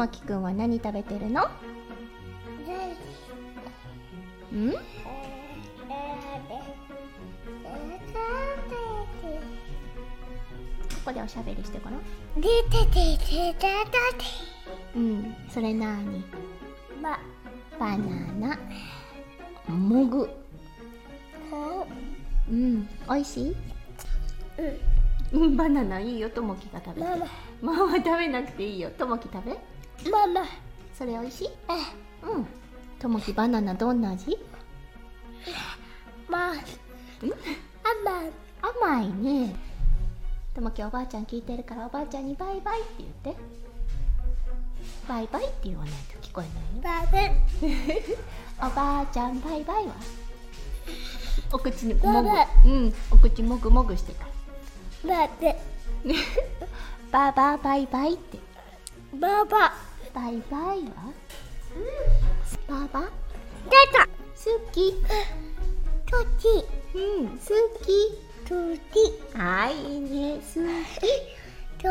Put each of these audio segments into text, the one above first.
何食べてるのんここでおしゃべりしてごらんうんそれなーにバナナもぐうんおいしいうんバナナいいよともきが食べてママ食べなくていいよともき食べそれおいしいうんともきバナナどんな味うん甘いねともきおばあちゃん聞いてるからおばあちゃんにバイバイって言ってバイバイって言わないと聞こえないよ おばあちゃんバイバイはお口にもぐバイバイうんお口もぐもぐ してからねバババイバイってバイバイはババ好きうん好きはいいいね好き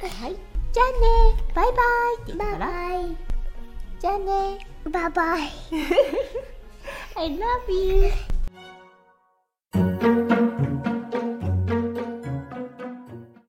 はいじゃあねバイバイって言ったらじゃあね I love you